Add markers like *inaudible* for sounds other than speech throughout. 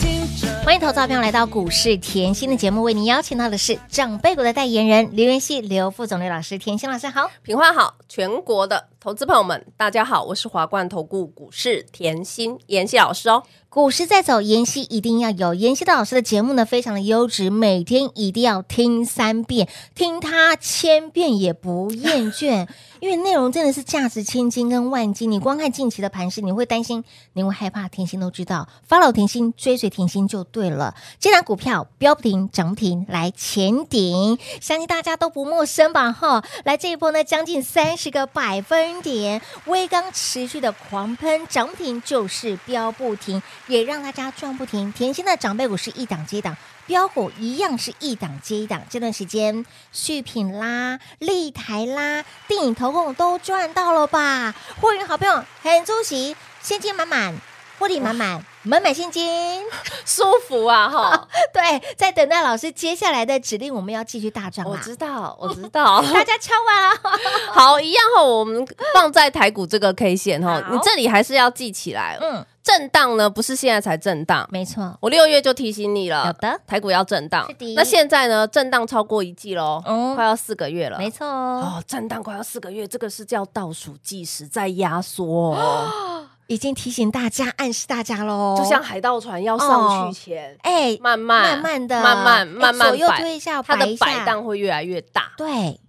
听着。欢迎投资票来到股市甜心的节目，为您邀请到的是长辈股的代言人刘元熙、刘副总、刘老师，甜心老师好。品花好，全国的投资朋友们，大家好，我是华冠投顾股市甜心妍希老师哦。股市在走，妍希一定要有。妍希的老师的节目呢，非常的优质，每天一定要听三遍，听他千遍也不厌倦， *laughs* 因为内容真的是价值千金跟万金。你光看近期的盘势，你会担心，你会害怕，甜心都知道，follow 甜心，追随甜心就对了。这档股票标不停，涨不停，来前顶，相信大家都不陌生吧？哈，来这一波呢，将近三十个百分点，微刚持续的狂喷，涨停就是标不停。也让大家赚不停。甜心的长辈股是一档接一档，标股一样是一档接一档。这段时间，续品啦、立台啦、电影投控都赚到了吧？会员好朋友很出席，现金满满，获利满满，满满现金。 *laughs* 舒服啊哈！对，在等待老师接下来的指令，我们要继续大涨 *laughs* 我啦！知道，我知 *laughs* 道。大家敲完啊！ *laughs* 好，一样哈，我们放在台股这个 K 线哈，好你这里还是要记起来。嗯，震荡呢，不是现在才震荡，没错，我六月就提醒你了。有的台股要震荡是的。那现在呢，震荡超过一季喽，嗯快要四个月了。没错哦，哦，震荡快要四个月，这个是叫倒数计时，在压缩哦。已经提醒大家，暗示大家喽。就像海盗船要上去前，哎，慢慢慢慢的，慢慢哎慢慢左右摆推一下，它摆一的下摆荡会越来越大，对，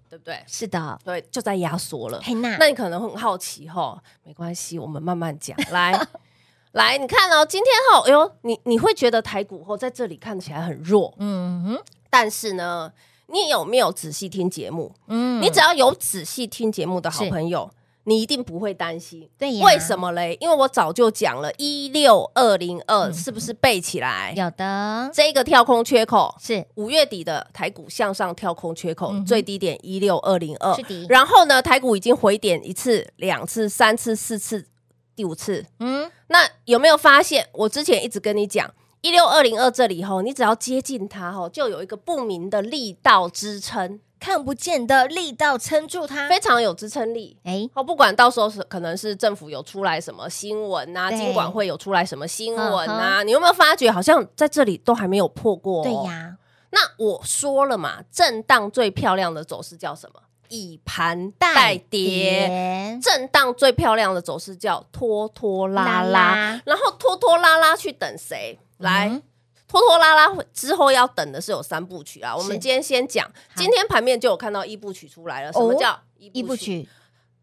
对不对？是的，对，就在压缩了。佩娜，那你可能很好奇吼，没关系，我们慢慢讲。来 *laughs* 来，你看哦，今天吼，哎呦，你你会觉得台股后在这里看起来很弱，嗯哼，但是呢，你有没有仔细听节目？嗯，你只要有仔细听节目的好是朋友，你一定不会担心。对呀，为什么嘞？因为我早就讲了，一六二零嗯二是不是背起来？有的这个跳空缺口，是五月底的台股向上跳空缺口，嗯哼最低点一六二零二是的，然后呢，台股已经回点一次、两次、三次、四次、第五次。嗯那有没有发现？我之前一直跟你讲，一六二零二这里吼，你只要接近它吼，就有一个不明的力道支撑，看不见的力道撑住它，非常有支撑力。哎，哦，不管到时候是可能是政府有出来什么新闻啊，对嗯经管会有出来什么新闻啊，你有没有发觉好像在这里都还没有破过、哦对。呀，那我说了嘛，震荡最漂亮的走势叫什么？以盘带带跌。震荡最漂亮的走势叫拖拖拉拉，拉拉然后拖拖拉拉去等谁？来，嗯拖拖拉拉之后要等的是有三部曲啊。我是们今天先讲，今天盘面就有看到一部曲出来了。什哦么叫一部？曲，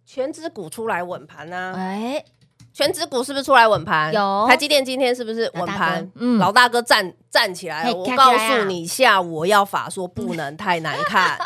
全指股出来稳盘啊。哎，全指股是不是出来稳盘？有台积电今天是不是稳老大哥盘？嗯老大哥站站起来嘿了。我站起来告啊诉你，下午我要法说不能太难看，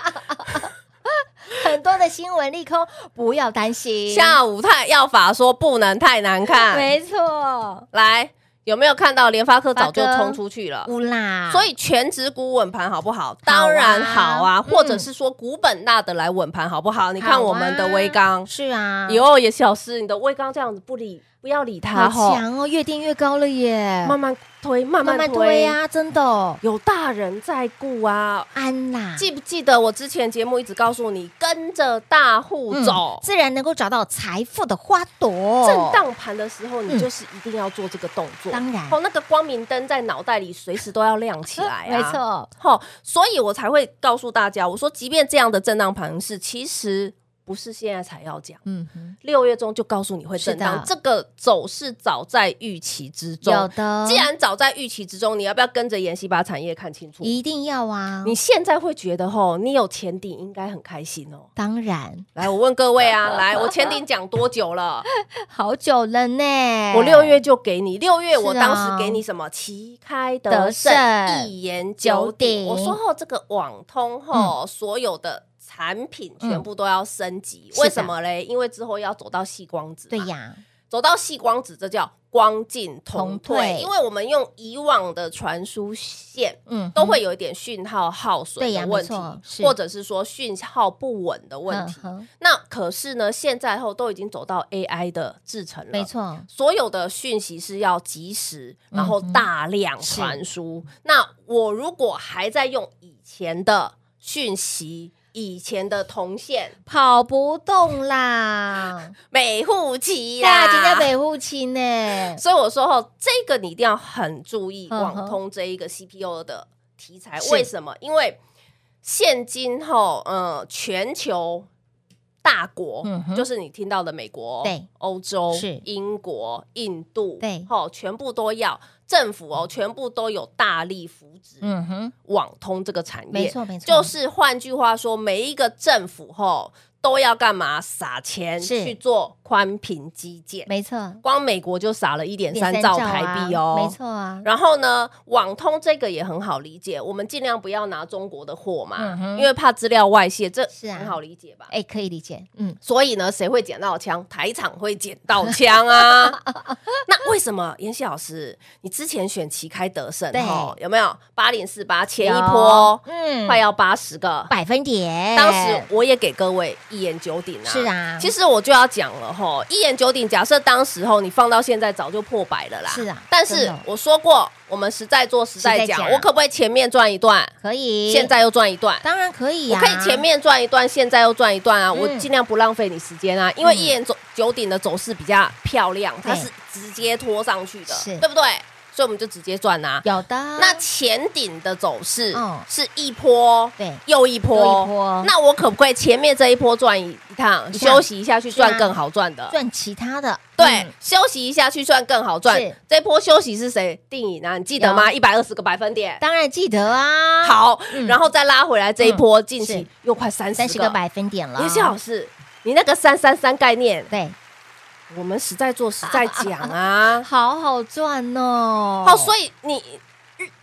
*laughs* 很多的新闻利空，不要担心，下午太要法说不能太难看。没错，来，有没有看到联发科早就发哥冲出去了？乌啦，所以全指股稳盘好不好？当然好啊，嗯或者是说股本大的来稳盘好不好？你看我们的微好啊刚，是啊，哟也小师，你的微刚这样子不理不要理它好吼，强哦，越定越高了耶，慢慢推，慢慢慢慢推推呀，真的哦，有大人在顾啊。安啦，记不记得我之前节目一直告诉你，跟着大户嗯走。自然能够找到财富的花朵。震，荡盘的时候，嗯你就是一定要做这个动作。当然哦，那个光明灯在脑袋里随时都要亮起来 *laughs* 啊。没。错，哦，所以我才会告诉大家，我说即便这样的震荡盘是，其实不是现在才要讲，嗯哼，六月中就告诉你会震荡，是这个走势早在预期之中。有的，既然早在预期之中，你要不要跟着妍希把产业看清楚？一定要啊，你现在会觉得吼，你有前顶应该很开心哦。 *laughs* 当然来，我问各 *laughs* 位啊，来，我前顶讲多久了？好久了呢，我六月就给你，六月是啊我当时给你什么？旗开得得胜胜，一言九九鼎嗯鼎。我说后这个网通后所有的产品全部都要升嗯级是，的为什么嘞？因为之后要走到细光子嘛。对呀，走到细光子，这叫光进同同退退，因为我们用以往的传输线。嗯都会有一点讯号耗损对呀的问没错是题，或者是说讯号不稳的问题。嗯哼那可是呢，现在后都已经走到 AI 的制成了，没错，所有的讯息是要及时，然后嗯哼大量是传输。那我如果还在用以前的讯息，以前的铜线，跑不动 *laughs* 啦，美护旗大啦，家在北户亲呢，所以我说哦，这个你一定要很注意嗯哼网通这一个 CPU 的题材。是为什么？因为现今吼，呃，全球大国、嗯哼就是你听到的美国、对欧洲、是英国、印度，对吼，全部都要政府哦，全部都有大力扶植嗯哼，网通这个产业。没错没错，就是换句话说，每一个政府吼都要干嘛？撒钱是去做宽频基建。没错，光美国就撒了一点三1.3兆啊台币哦，没错啊，然后呢，网通这个也很好理解，我们尽量不要拿中国的货嘛，嗯哼因为怕资料外泄，这是啊很好理解吧？哎，可以理解，嗯，所以呢，谁会捡到枪？台场会捡到枪 *laughs* 啊！那为什么妍希老师，你之前选旗开得胜对哦，有没有？八零四八前一波，有嗯快要八十个，百分点，当时我也给各位一言九鼎啊。是啊其实我就要讲了吼，一言九鼎。假设当时候你放到现在，早就破百了啦。是啊但真是的我说过，我们实在做实在实在讲，讲我可不可以前面赚一段，可以，现在又赚一段？当然可以我呀，可以前面赚一段，现在又赚一段啊！嗯我尽量不浪费你时间啊，因为一言走九鼎的走势比较漂亮，它对是直接拖上去的是，对不对？所以我们就直接赚啊。有的，那前顶的走势嗯是一波，对又一波，又一波那我可不可以前面这一波赚一一趟，一趟休息一下去是赚啊更好赚的？赚其他的，对嗯，休息一下去赚更好赚是。这波休息是谁定义呢？你记得吗？一百二十个百分点。当然记得啊，，好嗯，然后再拉回来这一波，近是期又快三三十十个个。百分点了，叶老师，你那个三三三概念，对，。我们实在做实在讲啊好好赚哦，好，所以你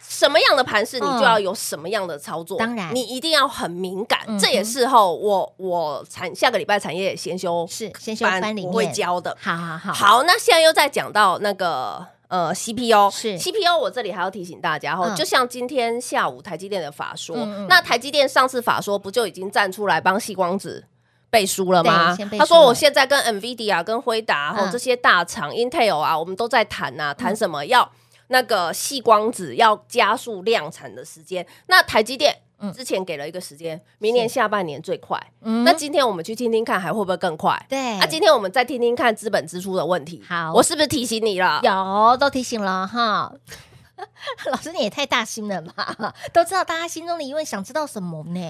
什么样的盘势，你嗯就要有什么样的操作。当然你一定要很敏感。嗯哼这也是后我我产下个礼拜产业先修是先修班里面我会教的。好好好，好，那现在又再讲到那个。呃，CPU 是 CPU，我这里还要提醒大家哈，嗯就像今天下午台积电的法说嗯嗯，那台积电上次法说不就已经站出来帮细光子背书了吗对先背？书他说了我现在跟 NVIDIA、跟辉达哈嗯这些大厂 Intel 啊，我们都在谈呐，谈什么要那个细光子要加速量产的时间。那台积电嗯之前给了一个时间，明年下半年最快。嗯那今天我们去听听看，还会不会更快？对啊，今天我们再听听看资本支出的问题。哎好我是不是提醒你了？有都提醒了哈。 *laughs* 老师，你也太大心了吧？都知道大家心中的疑问，想知道什么呢？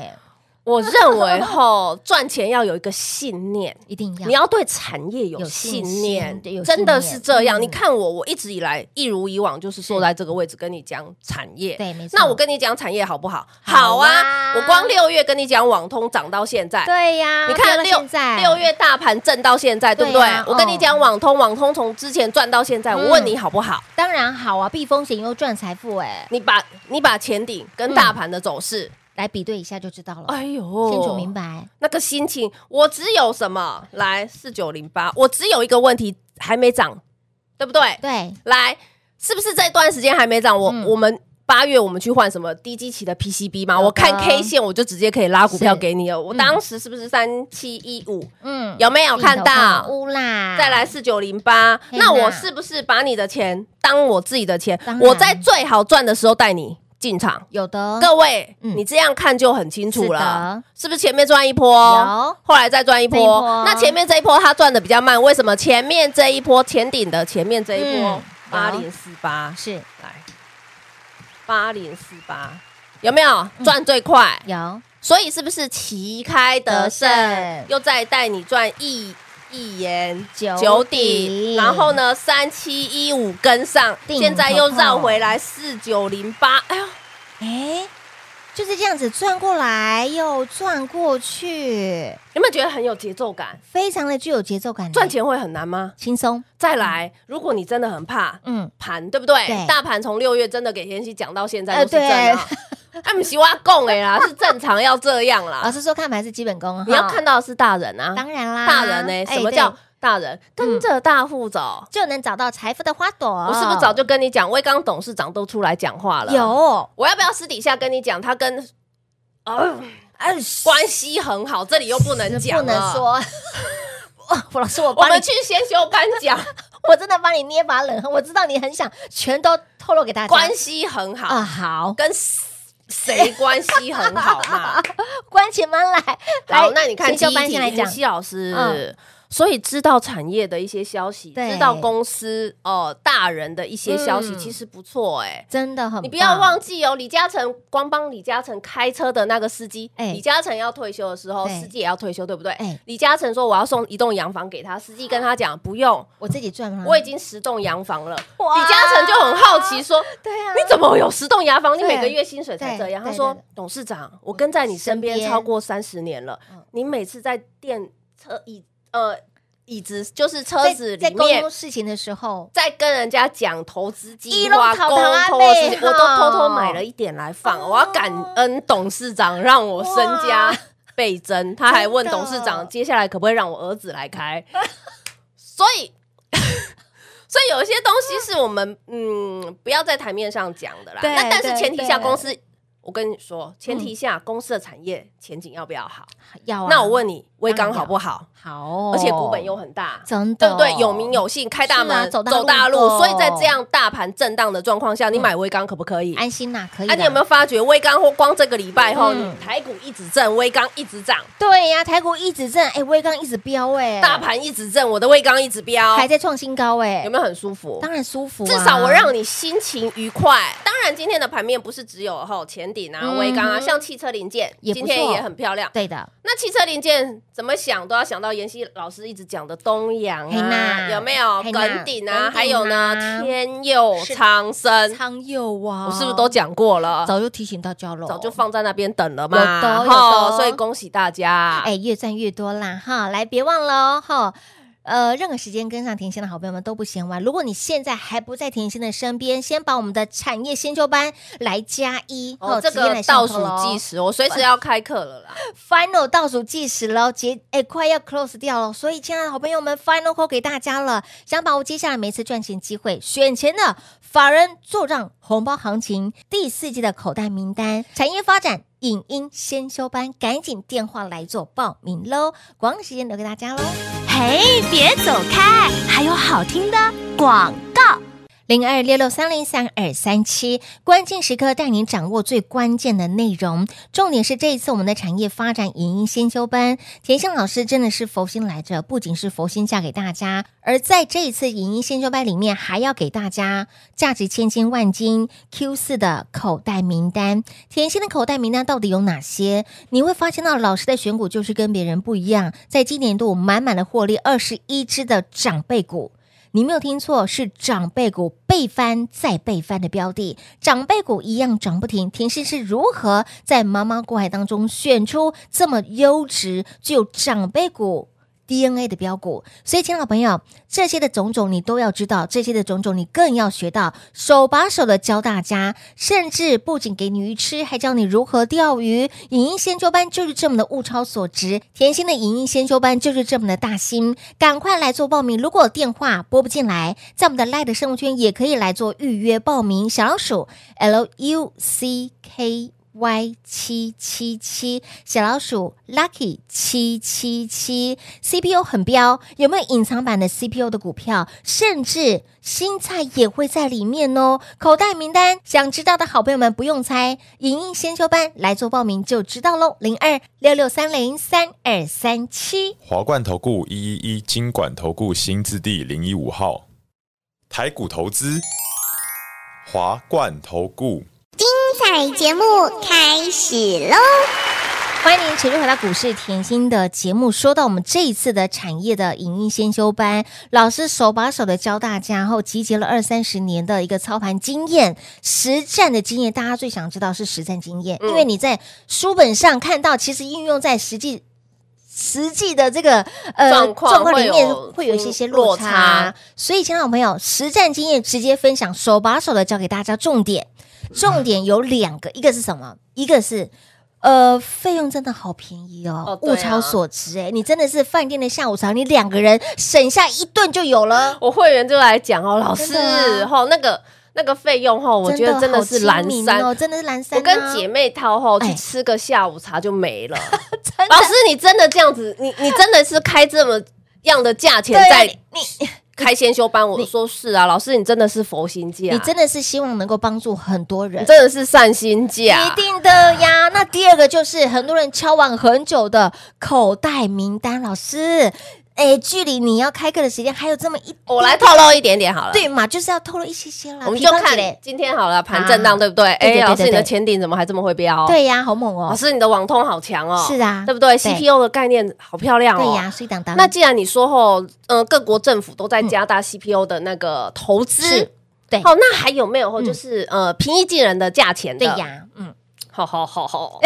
我认为吼，赚钱要有一个信念。一定要你要对产业有有信信念心对有，真的是这样。信念嗯你看我，我一直以来一如以往，就是坐在这个位置跟你讲产业。对没错那我跟你讲产业好不好？好好啊啊，我光六月跟你讲网通涨到现在，对呀、你飙看到六现在六月大盘震到现在，对不对对啊？我跟你哦讲网通，网通从之前赚到现在，我嗯问你好不好？当然好啊，避风险又赚财富哎、你把你把前顶嗯跟大盘的走势，来比对一下就知道了，哎呦，清楚明白。那个心情。我只有什么？来四九零八，我只有一个问题，还没涨，对不对？对，来，是不是这段时间还没涨？我、嗯我们。八月我们去换什么低基期的 PCB 嘛？有的我看 K 线我就直接可以拉股票是给你了。我当时是不是三七一五？嗯，有没有看到？乌啦，再来四九零八，嘿那呐我是不是把你的钱当我自己的钱当？然我在最好赚的时候带你进场。有的各位，嗯你这样看就很清楚了，是不是前面赚一有波，后来再赚一这一波波？那前面这一波它赚的比较慢，为什么？前面这一波前顶的前面这一波嗯八有零四八是来八零四八有没有嗯赚最快？有所以是不是旗开得胜得胜，又再带你赚一一言九底底，然后呢三七一五跟上，定现在又绕回来四九零八，哎呦，哎，就是这样子转过来又转过去，有没有觉得很有节奏感？非常的具有节奏感，赚钱会很难吗？轻松，再来，如果你真的很怕嗯，盘，对不对？对大盘从六月真的给妍希讲到现在呃都是正 *laughs* 啊，哎，不是我供哎啦，是正常要这样老 *laughs* 啦。师说看牌是基本功，你要哈看到的是大人啊，哦当然啦，哎大人呢、什么对叫大人跟着大户走。就能找到财富的花朵。我是不是早就跟你讲，威刚董事长都出来讲话了？，哦有？我要不要私底下跟你讲，他跟呃关系很好，这里又不能讲，哦不能。 *laughs* 说。我老师，我我帮你啊们，去先修班 *laughs* 讲，我真的帮你捏把冷汗。我知道你很想全都透露给大家。关系很好，啊，好，*laughs* 跟谁关系很好嘛？关起门来，好来，，那你看先第一修班题先来讲妍，希老师。嗯所以知道产业的一些消息，对知道公司哦、大人的一些消息，嗯其实不错哎、真的很，你不要忘，记哦，李嘉诚光帮李嘉诚开车的那个司机，哎李嘉诚要退休的时候，对司机也要退休，对不对？哎李嘉诚说我要送一栋洋房给他，司机跟他讲不用，我自己赚吗？我已经十栋洋房了。嗯哇李嘉诚就很好奇说。对啊，你怎么有十栋洋房？你对每个月薪水才这样？对他对说对：“董事长，我跟在你身身边边超过三十年了嗯，你每次在电车椅呃椅子就是车在子里在沟面通事情的时候，在跟人家讲投资计一路划、讨沟糖啊通的事情，妹我都偷偷吼买了一点来放。我要感恩董事长让我身家哇倍增，他还问真的董事长接下来可不可以让我儿子来开。所以， *laughs* 所以有一些东西是我们嗯不要在台面上讲的啦。对那但是对前提下，对公司我跟你说，前提下公司的产业前景要不要好？要啊那我问你，威当刚然要好不好？好，啊哦而且股本又很大，真的对不对？有名有姓，开大门，哦是啊走大路走大路。哦所以在这样大盘震荡的状况下，你买微钢可不可以？安心呐，可以啊，的。你有没有发觉微钢或光这个礼拜后，嗯你台股一直震，微钢一直涨，对呀，台股一直震，哎，威刚一直飙，哎，大盘一直震，我的微钢一直飙还，在创新高，哎，有没有很舒服？当然舒服啊，至少我让你心情愉快。当然，今天的盘面不是只有后前顶啊、嗯微钢啊，像汽车零件，也今不错天也很漂亮。对的，那汽车零件怎么想都要想到妍希老师一直讲的东阳嘿啊，呐有没有嘿呐耿鼎耿鼎啊？啊还有呢，天佑、苍生，苍佑啊，我是不是都讲过了？早就提醒大家了？早就放在那边等了哦有嘛，的有的吼所以恭喜大家。哎，越赚越多啦哈！来，别忘了哦哈。呃，任何时间跟上甜心的好朋友们都不嫌晚。如果你现在还不在甜心的身边，先把我们的产业先修班来加一哦，哈这直接个来上倒课数咯计时，我随时要开课了啦。 final 倒数计时喽，结哎快要 close 掉了，所以亲爱的好朋友们，final call 给大家了，想把握接下来每一次赚钱机会，选前的法人做账红包行情，第四季的口袋名单，产业发展影音先修班，赶紧电话来做报名喽，广告时间留给大家喽。嘿，别走开，还有好听的广告。零二六六三零三二三七，关键时刻带您掌握最关键的内容。重点是这一次我们的产业发展影音先修班，田心老师真的是佛心来着，不仅是佛心嫁给大家，而在这一次影音先修班里面，还要给大家价值千金万金 Q 四的口袋名单。甜心的口袋名单到底有哪些？你会发现到老师的选股就是跟别人不一样，在今年度满满的获利二十一只的长辈股。你没有听错，是长辈股被翻再被翻的标的，长辈股一样涨不停。田心是如何在茫茫股海当中选出这么优质、具有长辈股 DNA 的标股？所以，亲爱的朋友，这些的种种你都要知道，这些的种种你更要学到，手把手的教大家，甚至不仅给你鱼吃，还教你如何钓鱼。影音先修班就是这么的物超所值，甜心的影音先修班就是这么的大心，赶快来做报名。如果电话拨不进来，在我们的 Light 生活圈也可以来做预约报名，小老鼠 L U C K。Y 七七七小老鼠 Lucky 七七七 CPU 很标，有没有隐藏版的 CPU 的股票？甚至新菜也会在里面哦。口袋名单，想知道的好朋友们不用猜，影音先修班来做报名就知道喽。零二六六三零三二三七。华冠投顾一一一金管投顾新字第零一五号，台股投资，华冠投顾。彩节目开始喽！欢迎您持续回到股市甜心的节目。说到我们这一次的产业的影音先修班，老师手把手的教大家，然后集结了二三十年的一个操盘经验、实战的经验。大家最想知道是实战经嗯验，因为你在书本上看到，其实应用在实际。实际的这个呃状况里面会有会有一些些嗯落落差差，所以，亲爱的朋友，实战经验直接分享，手把手的教给大家。重点，重点有两个，一个是什么？一个是呃，费用真的好便宜哦哦，物对啊超所值哎！你真的是饭店的下午茶，你两个人省下一顿就有了。我会员就来讲哦，老师真的啊哈、那个那个费用哈、我觉得真的是好蓝亲民山。哦，真的是蓝山啊。我跟姐妹淘吼哎去吃个下午茶就没了。 *laughs* 真的老师，你真的这样子，你你真的是开这么样的价钱对啊在你你开先修班？我说是啊，老师，你真的是佛心价，你真的是希望能够帮助很多人你。真的是善心价一，定的呀。那第二个就是很多人敲碗很久的口袋名单，老师，哎，距离你要开课的时间还有这么一，我来透露一点点好了。对啊嘛，就是要透露一些些啦。我们比就方看嘞，今天好了，盘震荡对不对？对对哎，老师，对对你的对前顶怎么还这么会飙？，对呀，好猛老哦，师，你的网通好强哦，是啊对不对对？CPU 的概念好漂亮哦，对呀，所以当当那既然你说吼，呃，各国政府都在加大 CPU 的那个投嗯是资，对嗯好，那还有没有吼，就是呃，平易近人的价钱的？对，呀，嗯，好好 *laughs* 好好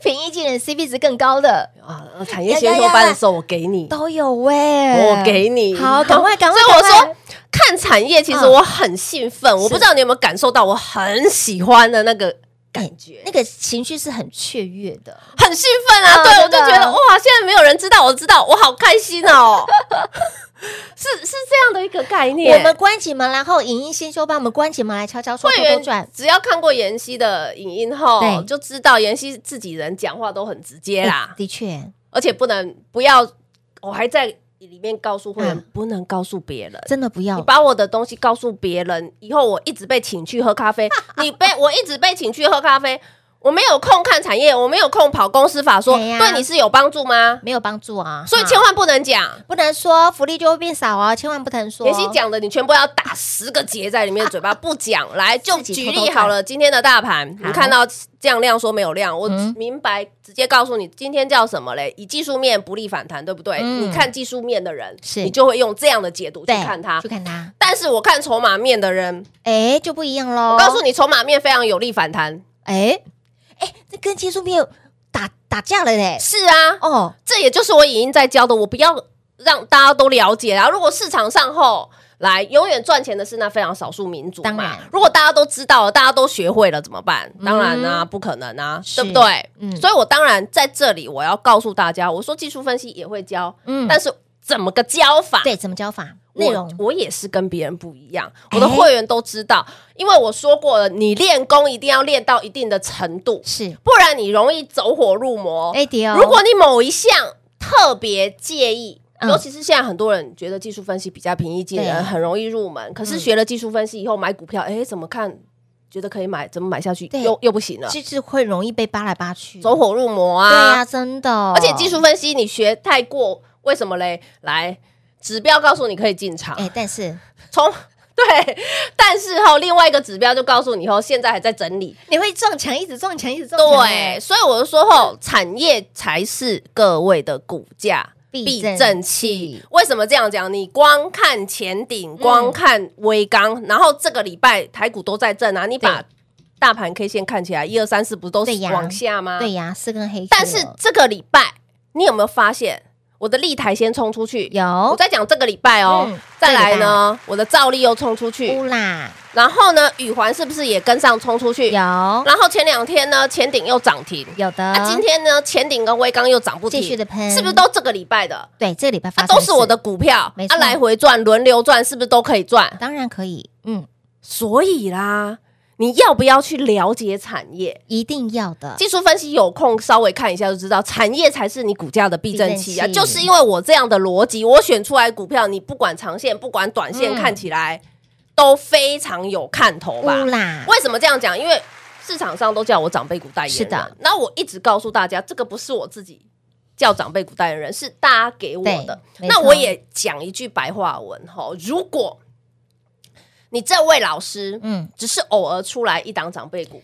平易近人，CP 值更高的啊！呃产业先修班的时候我给你，都有喂，我给你，好，赶快赶快，所以赶我快说。看产业，其实嗯我很兴奋，我不是知道你有没有感受到我很喜欢的那个感觉，那个情绪是很雀跃的，很兴奋啊！嗯对，我真的就觉得哇，现在没有人知道，我知道，我好开心 *laughs* 哦，是是这样的一个概念。我们关起门，然后影音先修班，我们关起门来悄悄说，会偷偷员转，只要看过妍希的影音后对，就知道妍希自己人讲话都很直接啦哎，的确，而且不能不要，我还在里面告诉会员、嗯不能告诉别人。真的不要你把我的东西告诉别人，以后我一直被请去 *laughs* 喝咖啡，你被我一直被请去喝咖啡，我没有空看产业，我没有空跑公司法说，对呀对你是有帮助吗？没有帮助啊，所以哈千万不能讲，不能说福利就会变少啊，千万不能说。妍希讲的你全部要打十个结在里面，嘴巴不讲。来，就自己举偷偷例看好了，今天的大盘，好你看到降量说没有量，我嗯明白，直接告诉你今天叫什么嘞？以技术面不利反弹，对不对？嗯你看技术面的人，是你就会用这样的解读去对，看它去。看它，但是我看筹码面的人，哎，就不一样喽。我告诉，你，筹码面非常有利反弹。哎哎，这跟技术面打打架了嘞。是啊，哦，这也就是我影音在教的，我不要让大家都了解啊。如果市场上后来永远赚钱的是那非常少数民族嘛，当然如果大家都知道了，大家都学会了怎么办？当然啊，不可能啊，嗯是对不对？嗯所以我当然在这里我要告诉大家，我说技术分析也会教，嗯但是怎么个教法？对，怎么教法？内我容我也是跟别人不一样，哎我的会员都知道，因为我说过了，你练功一定要练到一定的程度，是不然你容易走火入魔。哎迪哦，如果你某一项特别介意，嗯尤其是现在很多人觉得技术分析比较平易近对嗯人，很容易入门。可是学了技术分析以后买股票，哎，怎么看觉得可以买，怎么买下去对又又不行了，就是会容易被扒来扒去，走火入魔对啊！呀，真的。而且技，术分析你学太过，为什么嘞？来，指标告诉你可以进场，哎，但是从 *laughs* 对，但是后另外一个指标就告诉你后现在还在整理，你会撞墙，一直撞墙，一直撞墙。对，，所以我就说吼，产业才是各位的股价避震器嗯器。为什么这样讲？你光看前顶，光看微钢，然后这个礼拜台股都在震啊，你把对大盘 K 线看起来一二三四不都是对呀往下吗？对呀，四根黑 K 了，但是这个礼拜你有没有发现？我的立台先冲出去，有我在讲这个礼拜哦，嗯再来呢，我的照例又冲出去乌，啦然后呢，宇环是不是也跟上冲出去？有然后前两天呢，前顶又涨停。有的啊，，今天呢，前顶跟微刚又涨不停，继续地喷是不是都这个礼拜的？对这个礼拜啊，发生都的是我的事，股票，没啊，错来回赚，轮流赚，是不是都可以赚？当然可以，嗯，所以啦，你要不要去了解产业？一定要的，技术分析有空稍微看一下就知道，产业才是你股价的避震器啊！避震器就是因为我这样的逻辑，我选出来股票，你不管长线不管短线，嗯看起来都非常有看头吧？乌啦，为什么这样讲？因为市场上都叫我长辈股代言人，是的。那我一直告诉大家，这个不是我自己叫长辈股代言人，是大家给我的。对没那错我也讲一句白话文哈，如果你这位老师，嗯嗯，只是偶尔出来一档长辈股，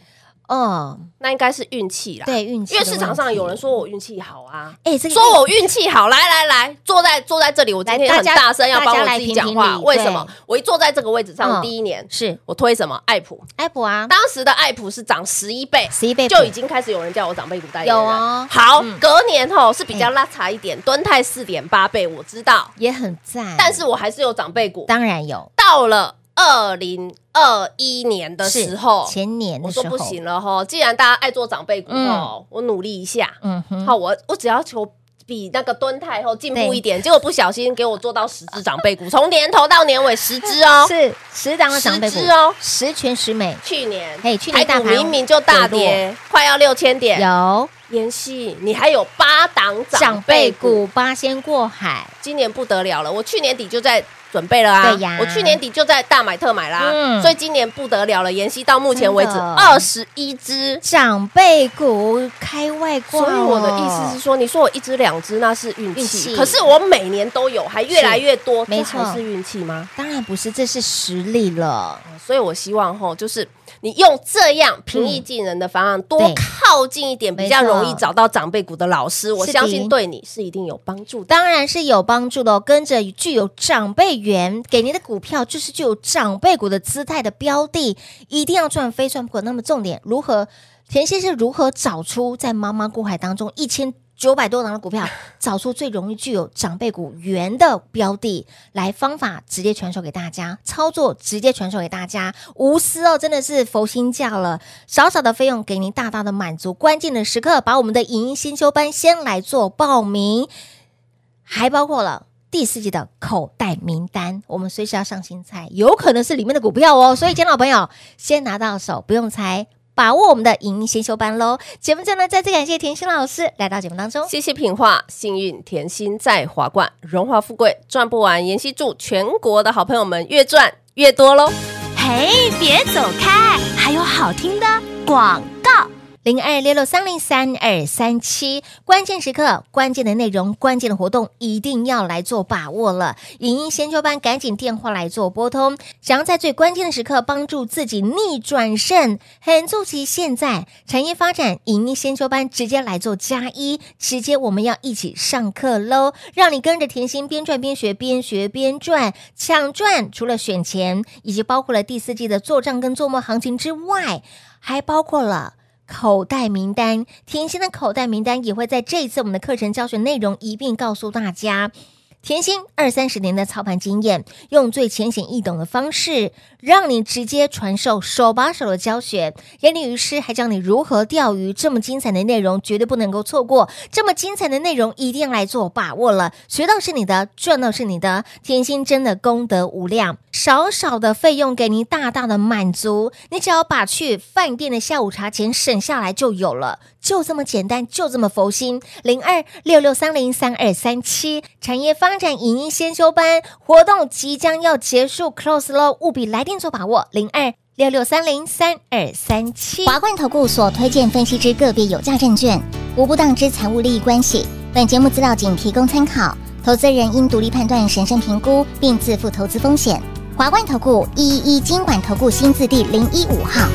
哦，那应该是运气啦。。对运气的因为问题，市场上有人说我运气好啊，哎、这个说我运气好，来来来，坐在坐在这里，我今天来大很家大声要帮大家我来自己讲评评话。理为对什么？我一坐在这个位置嗯上，第一年是我推什么爱普，艾普啊，当时的爱普是涨十一倍，十一倍就已经开始有人叫我长辈股代言人。有哦好，嗯隔年吼是比较拉差一点，敦泰四点八倍，我知道，也很赞，但是我还是有长辈股。当然有，到了二零二一年的是时候，前年的我时说候，不行了哈，既然大家爱做长辈股哦，我努力一下，嗯哼，好，我我只要求比那个蹲太后进步一点，结果不小心给我做到十只长辈股，从年头到年尾十只哦。是十档的长辈股十只哦十全十美去年，嘿去年大台盘股明明就大跌，快要六千点。有妍希，你还有八档长长辈辈股，股八仙过海，今年不得了了。我去年底就在准备了啊，对呀我去年底就在大买特买啦，嗯所以今年不得了了。妍希到目前为止真的二十一只。长辈股开外挂哦、所以我的意思是说，你说我一只两只那是运运气，气可是我每年都有，还越来越多，没这错还是运气吗？当然不是，这是实力了。所以我希望吼，就是你用这样平易近人的方案，多对靠近一点，没比较错容易找到长辈股的老师，是我的相信对你是一定有帮助的。当然是有帮助的哦，跟着具有长辈缘给您的股票，就是具有长辈股的姿态的标的，一定要赚非赚不可。那么重点如何？田先是如何找出在茫茫股海当中一千九百多档的股票，找出最容易具有长辈股缘的标的？来方法直接传授给大家，操作直接传授给大家，无私哦，真的是佛心价了。少少的费用给您大大的满足，关键的时刻把我们的影音先修班先来做报名。还包括了第四季的口袋名单，我们随时要上新菜，有可能是里面的股票哦。所以，亲爱的朋友，先拿到手，不用猜，把握我们的影音先修班喽。节目最后呢，再次感谢甜心老师来到节目当中。谢谢品画，幸运甜心在华冠，荣华富贵赚不完。妍希祝全国的好朋友们越赚越多喽！嘿，别走开，还有好听的广告。零二六六三零三二三七，关键时刻、关键的内容、关键的活动，一定要来做把握了。影音先修班，赶紧电话来做拨通。想要在最关键的时刻帮助自己逆转胜，很助其现在产业发展，影音先修班直接来做加一，直接我们要一起上课喽，让你跟着甜心边赚边学，边学边赚，抢赚。除了选前，以及包括了第四季的做账跟做梦行情之外，还包括了。口袋名单，甜心的口袋名单也会在这一次我们的课程教学内容一并告诉大家。甜心二三十年的操盘经验，用最浅显易懂的方式，让你直接传授手把手的教学。眼里鱼师还教你如何钓鱼，这么精彩的内容绝对不能够错过，这么精彩的内容一定要来做把握了。学到是你的，赚到是你的，甜心真的功德无量。少少的费用给您大大的满足，你只要把去饭店的下午茶钱省下来就有了。就这么简单，就这么佛心。零二六六三零三二三七产业发展影音先修班活动即将要结束，close 喽，务必来电做把握。零二六六三零三二三七。华冠投顾所推荐分析之个别有价证券，无不当之财务利益关系。本节目资料仅提供参考，投资人应独立判断、审慎评估，并自负投资风险。华冠投顾一一一金管投顾新字第零一五号。